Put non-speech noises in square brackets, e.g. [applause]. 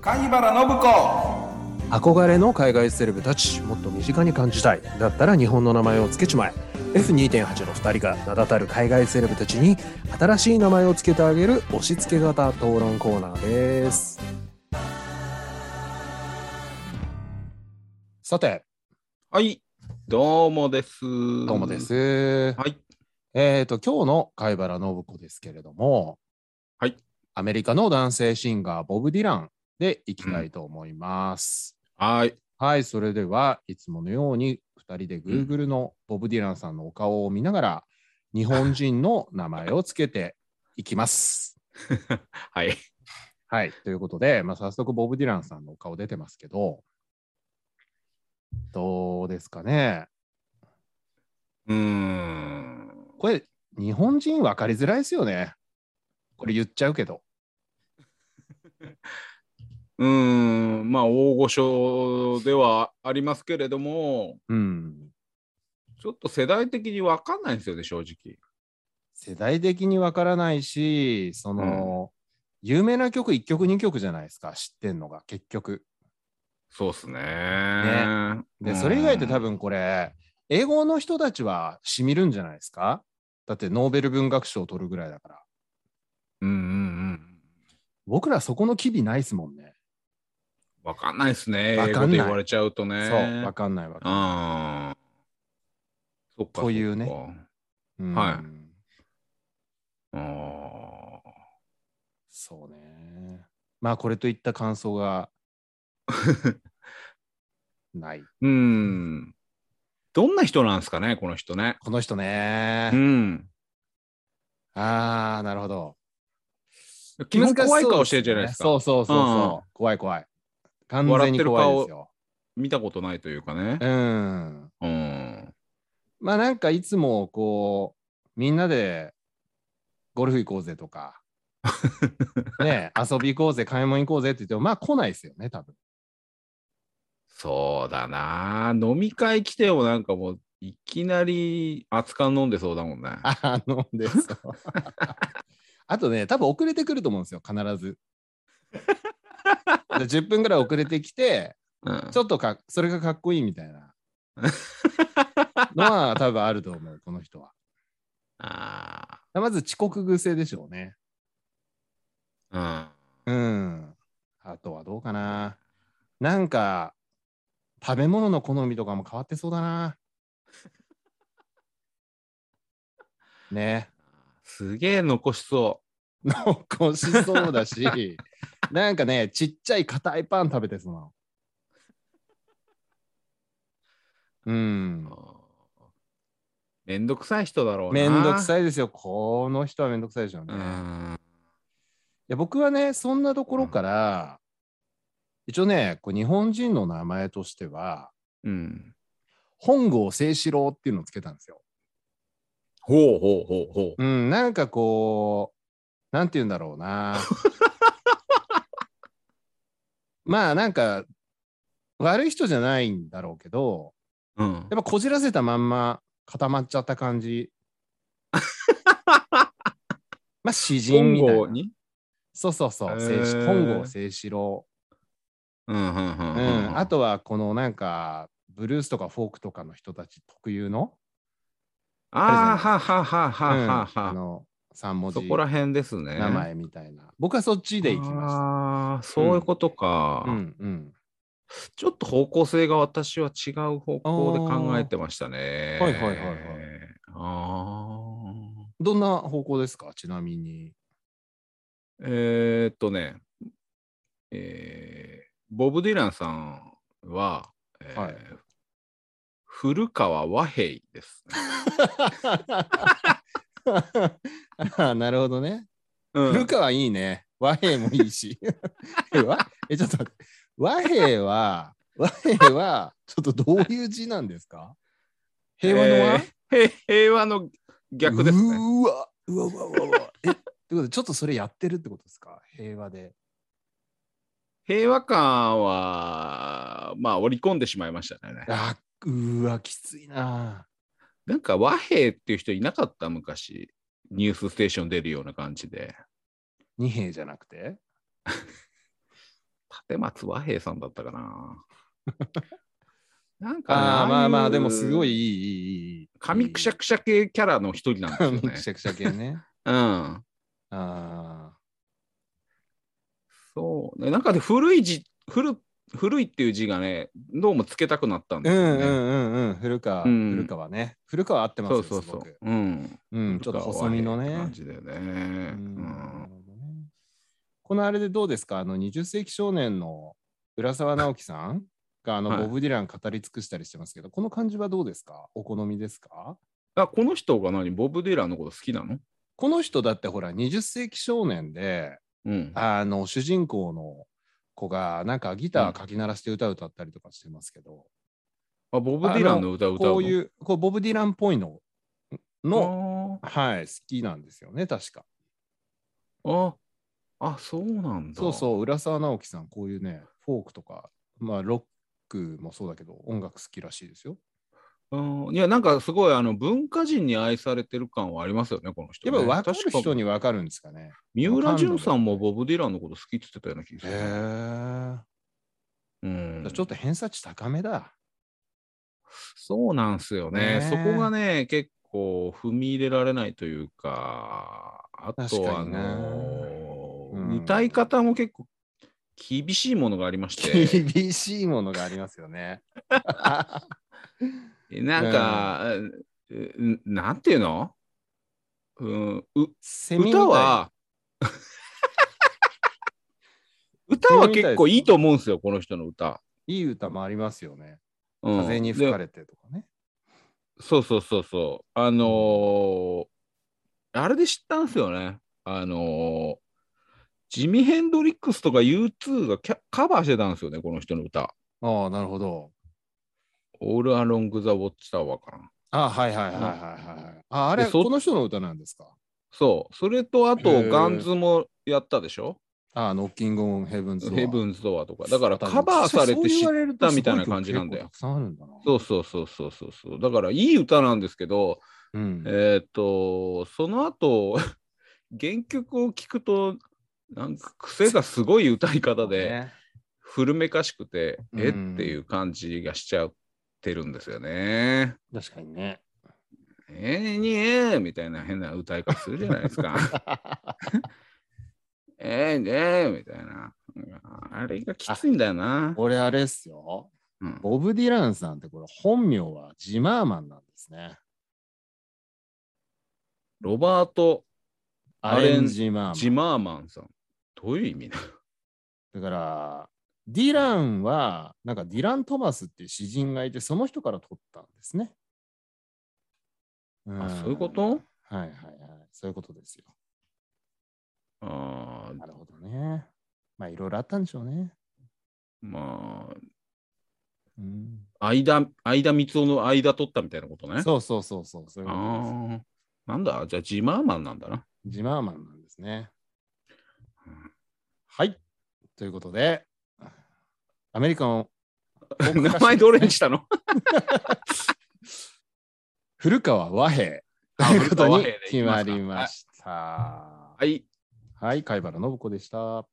貝原信子憧れの海外セレブたちもっと身近に感じたいだったら日本の名前を付けちまえ F2.8 の2人が名だたる海外セレブたちに新しい名前を付けてあげる押し付け型討論コーナーですさてはいどうもですどうもです、はいえっ、と今日の貝原信子ですけれどもはいアメリカの男性シンガーボブ・ディランでいきたいと思います、はいはい、それではいつものように2人で Google のボブ・ディランさんのお顔を見ながら、日本人の名前をつけていきます。はいはい、ということで、まあ、早速ボブ・ディランさんのお顔出てますけど、どうですかね。うーんこれ、日本人分かりづらいですよね。これ言っちゃうけど。うーんまあ大御所ではありますけれどもうん。ちょっと世代的に分かんないんですよね正直世代的に分からないし、その、有名な曲1曲2曲じゃないですか、知ってんのが、結局。そうっすねで、それ以外って多分分これ、英語の人たちはしみるんじゃないですかだってノーベル文学賞を取るぐらいだから。うんうんうん僕らそこの機微ないですもんね。わかんないですね。わ英か語んでない言われちゃうとね。そう、わかんないわかんあそっか。というねそっかうんはいあそうね。まあこれといった感想がーない。うん。どんな人なんですかね、この人ね。この人ねう。ん。ああ、なるほど。基本難しそう怖い顔してるじゃないですそかう。そうそうそう。怖い怖い。完全に怖いですよ。見たことないというかねう。ん。うん。まあなんかいつもこうみんなでゴルフ行こうぜとかねえ遊び行こうぜ買い物行こうぜって言ってもまあ来ないですよね多分そうだな。飲み会来てもなんかもう、いきなり熱燗飲んでそうだもんね。あのです [laughs] あとね多分遅れてくると思うんですよ必ずで10分ぐらい遅れてきてうんちょっとかそれがかっこいいみたいなのは多分あると思うこの人はあまず遅刻癖でしょうねーうんうん。あとはどうかな。なんか、食べ物の好みとかも変わってそう [laughs] だな。ね。すげえ残しそ残しそうだし、なんかね、ちっちゃい硬いパン食べてそうなの。う。ううんん。めんどくさい人だろうな。めんどくい。さいですよ。この人はめんどくさいでしょうね。ういん。や僕はね、そんなところから、一応ね、こう日本人の名前としては、うん。本郷清志郎っていうのをつけたんですよ。ほうほうほうほう。うん、なんかこう、なんて言うんだろうな。 [laughs] まあなんか、悪い人じゃないんだろうけど、うんや、っぱこじらせたまんま固まっちゃった [laughs] 感じ。まあ詩人みたいな。にそうそうそう、へー清志本郷清志郎。うんうんうんううんうんん、あとはこのなんか、ブルースとかフォークとかの人たち特有の、あーははははうんはあはの、3文字そこら辺ですね名前みたいな。僕はそっちで行きあまあそういうことかし、た。うんうん。ちょっと方向性が私は違う方向で考えてましたねあーはいはいはいはいああどんな方向ですかちなみに。えー、っとね、えーボブ・ディランさんは、えーはい古川和平です、ねあ [laughs] なるほどね。うん古川いいね。和平もいい [laughs] し。え、わえちょっと待って。和平は、和平は、ちょっとどういう字なんですか平和の和、えーへ平和の逆ですね。うーわ、うわうわうわうわ。え、ってことで、ちょっとそれやってるってことですか平和で。平和感は、まあ、織り込んでしまいましたね。あ、うーわ、きついな。なんか和平っていう人いなかった昔、ニュースステーション出るような感じで。二平じゃなくて立松和平さんだったか [laughs] な。なんかね、ああまあまあ、いうでもすごいいい、いい、いい。紙くしゃくしゃ系キャラの一人なん紙くですしよね。ゃくしゃ系ね。うん。あそう。ねなんかで古い字、古、古いっていう字がね、どうもつけたくなったんあ。でうすよんね。うんうんうん。古川、うん古川ね。古川合ってますそようそうすそごくう。うん。うん、ちょっと細身の古川和ね平って感。じだよね。ううん。なんるほどねこのあれでどうですかあの20世紀少年の浦沢直樹さんがあのはいボブ・ディラン語り尽くしたりしてますけど、この感じはどうですかお好みですかあ、この人が何ボブ・ディランのこと好きなのこの人だってほら20世紀少年でうん。あの主人公の子がなんかギターかき鳴らして歌歌ったりとかしてますけど、あ、ボブ・ディランの歌を歌うのこういうこうボブ・ディランっぽいのの、のはい、好きなんですよね確かああ、あ、そうなんだ。そうそう浦沢直樹さんこういうねフォークとかまあロックもそうだけど音楽好きらしいですようん。いや、なんかすごい、あの、文化人に愛されてる感はありますよね、この人、やっね。ぱ分かる人確かに分かるんですかね三浦淳さんもボブ・ディランのこと好きって言ってたような気がすへる。うんえ、ちょっと偏差値高めだそうなんすよねねえそこがね、結構踏み入れられないというか、あとは、あ確かにねのうん歌い方も結構厳しいものがありまして、厳しいものがありますよねなんか、うんなんていうの、うん、うセミみた [laughs] い歌は、 [laughs] 歌は結構いいと思うんですよ、この人の歌。いい歌もありますよねうん風に吹かでれてとかねそうそうそうそう。あのーあれで知ったんですよね。あのージミ・ヘンドリックスとか U2 がキャカバーしてたんですよね、この人の歌。ああなるほど All Along the Watchtower かな。ああはいはいはいはいはいはいああれでそこの人の歌なんですかそう。それと、あへと、ーガンズもやったでしょああノッキングオンヘブンズヘブンズ・ドアとか。だから、カバーされて知っったみたいな感じなんだよたくさんあるんだな。そうそうそうそうそうそう。だから、いい歌なんですけど、うんえーっと、その後、 [laughs] 原曲を聞くと、なんか癖がすごい歌い方で、ね古めかしくて、うんえっていう感じがしちゃってるんですよね。確かにね。えー、にえーみたいな変な歌い方するじゃないです [laughs] か。えー、ねえみたいな。あれがきついんだよな。俺あれっすよ。うんボブ・ディランさんってこれ本名はジマーマンなんですね。ロバート・アアレレン・ンジマージマン。マーマンさん。どういう意味なのだから、ディランは、なんかディラン・トマスっていう詩人がいて、その人から取ったんですね。んあそういうことはいはいはい。そういうことですよ。あーなるほどね。まあいろいろあったんでしょうね。まうん、あ、間、間三つの間取ったみたいなことね。そうそうそうそう。そういうあことーですなんだじゃあジマーマンなんだな。ジマーマンなんですねうん。はい。ということで、アメリカンを [laughs] 名前どれにした [laughs] の古川和平とあいう古こと川和に平でい決きまますかりました。はい。はい、貝原信子でした。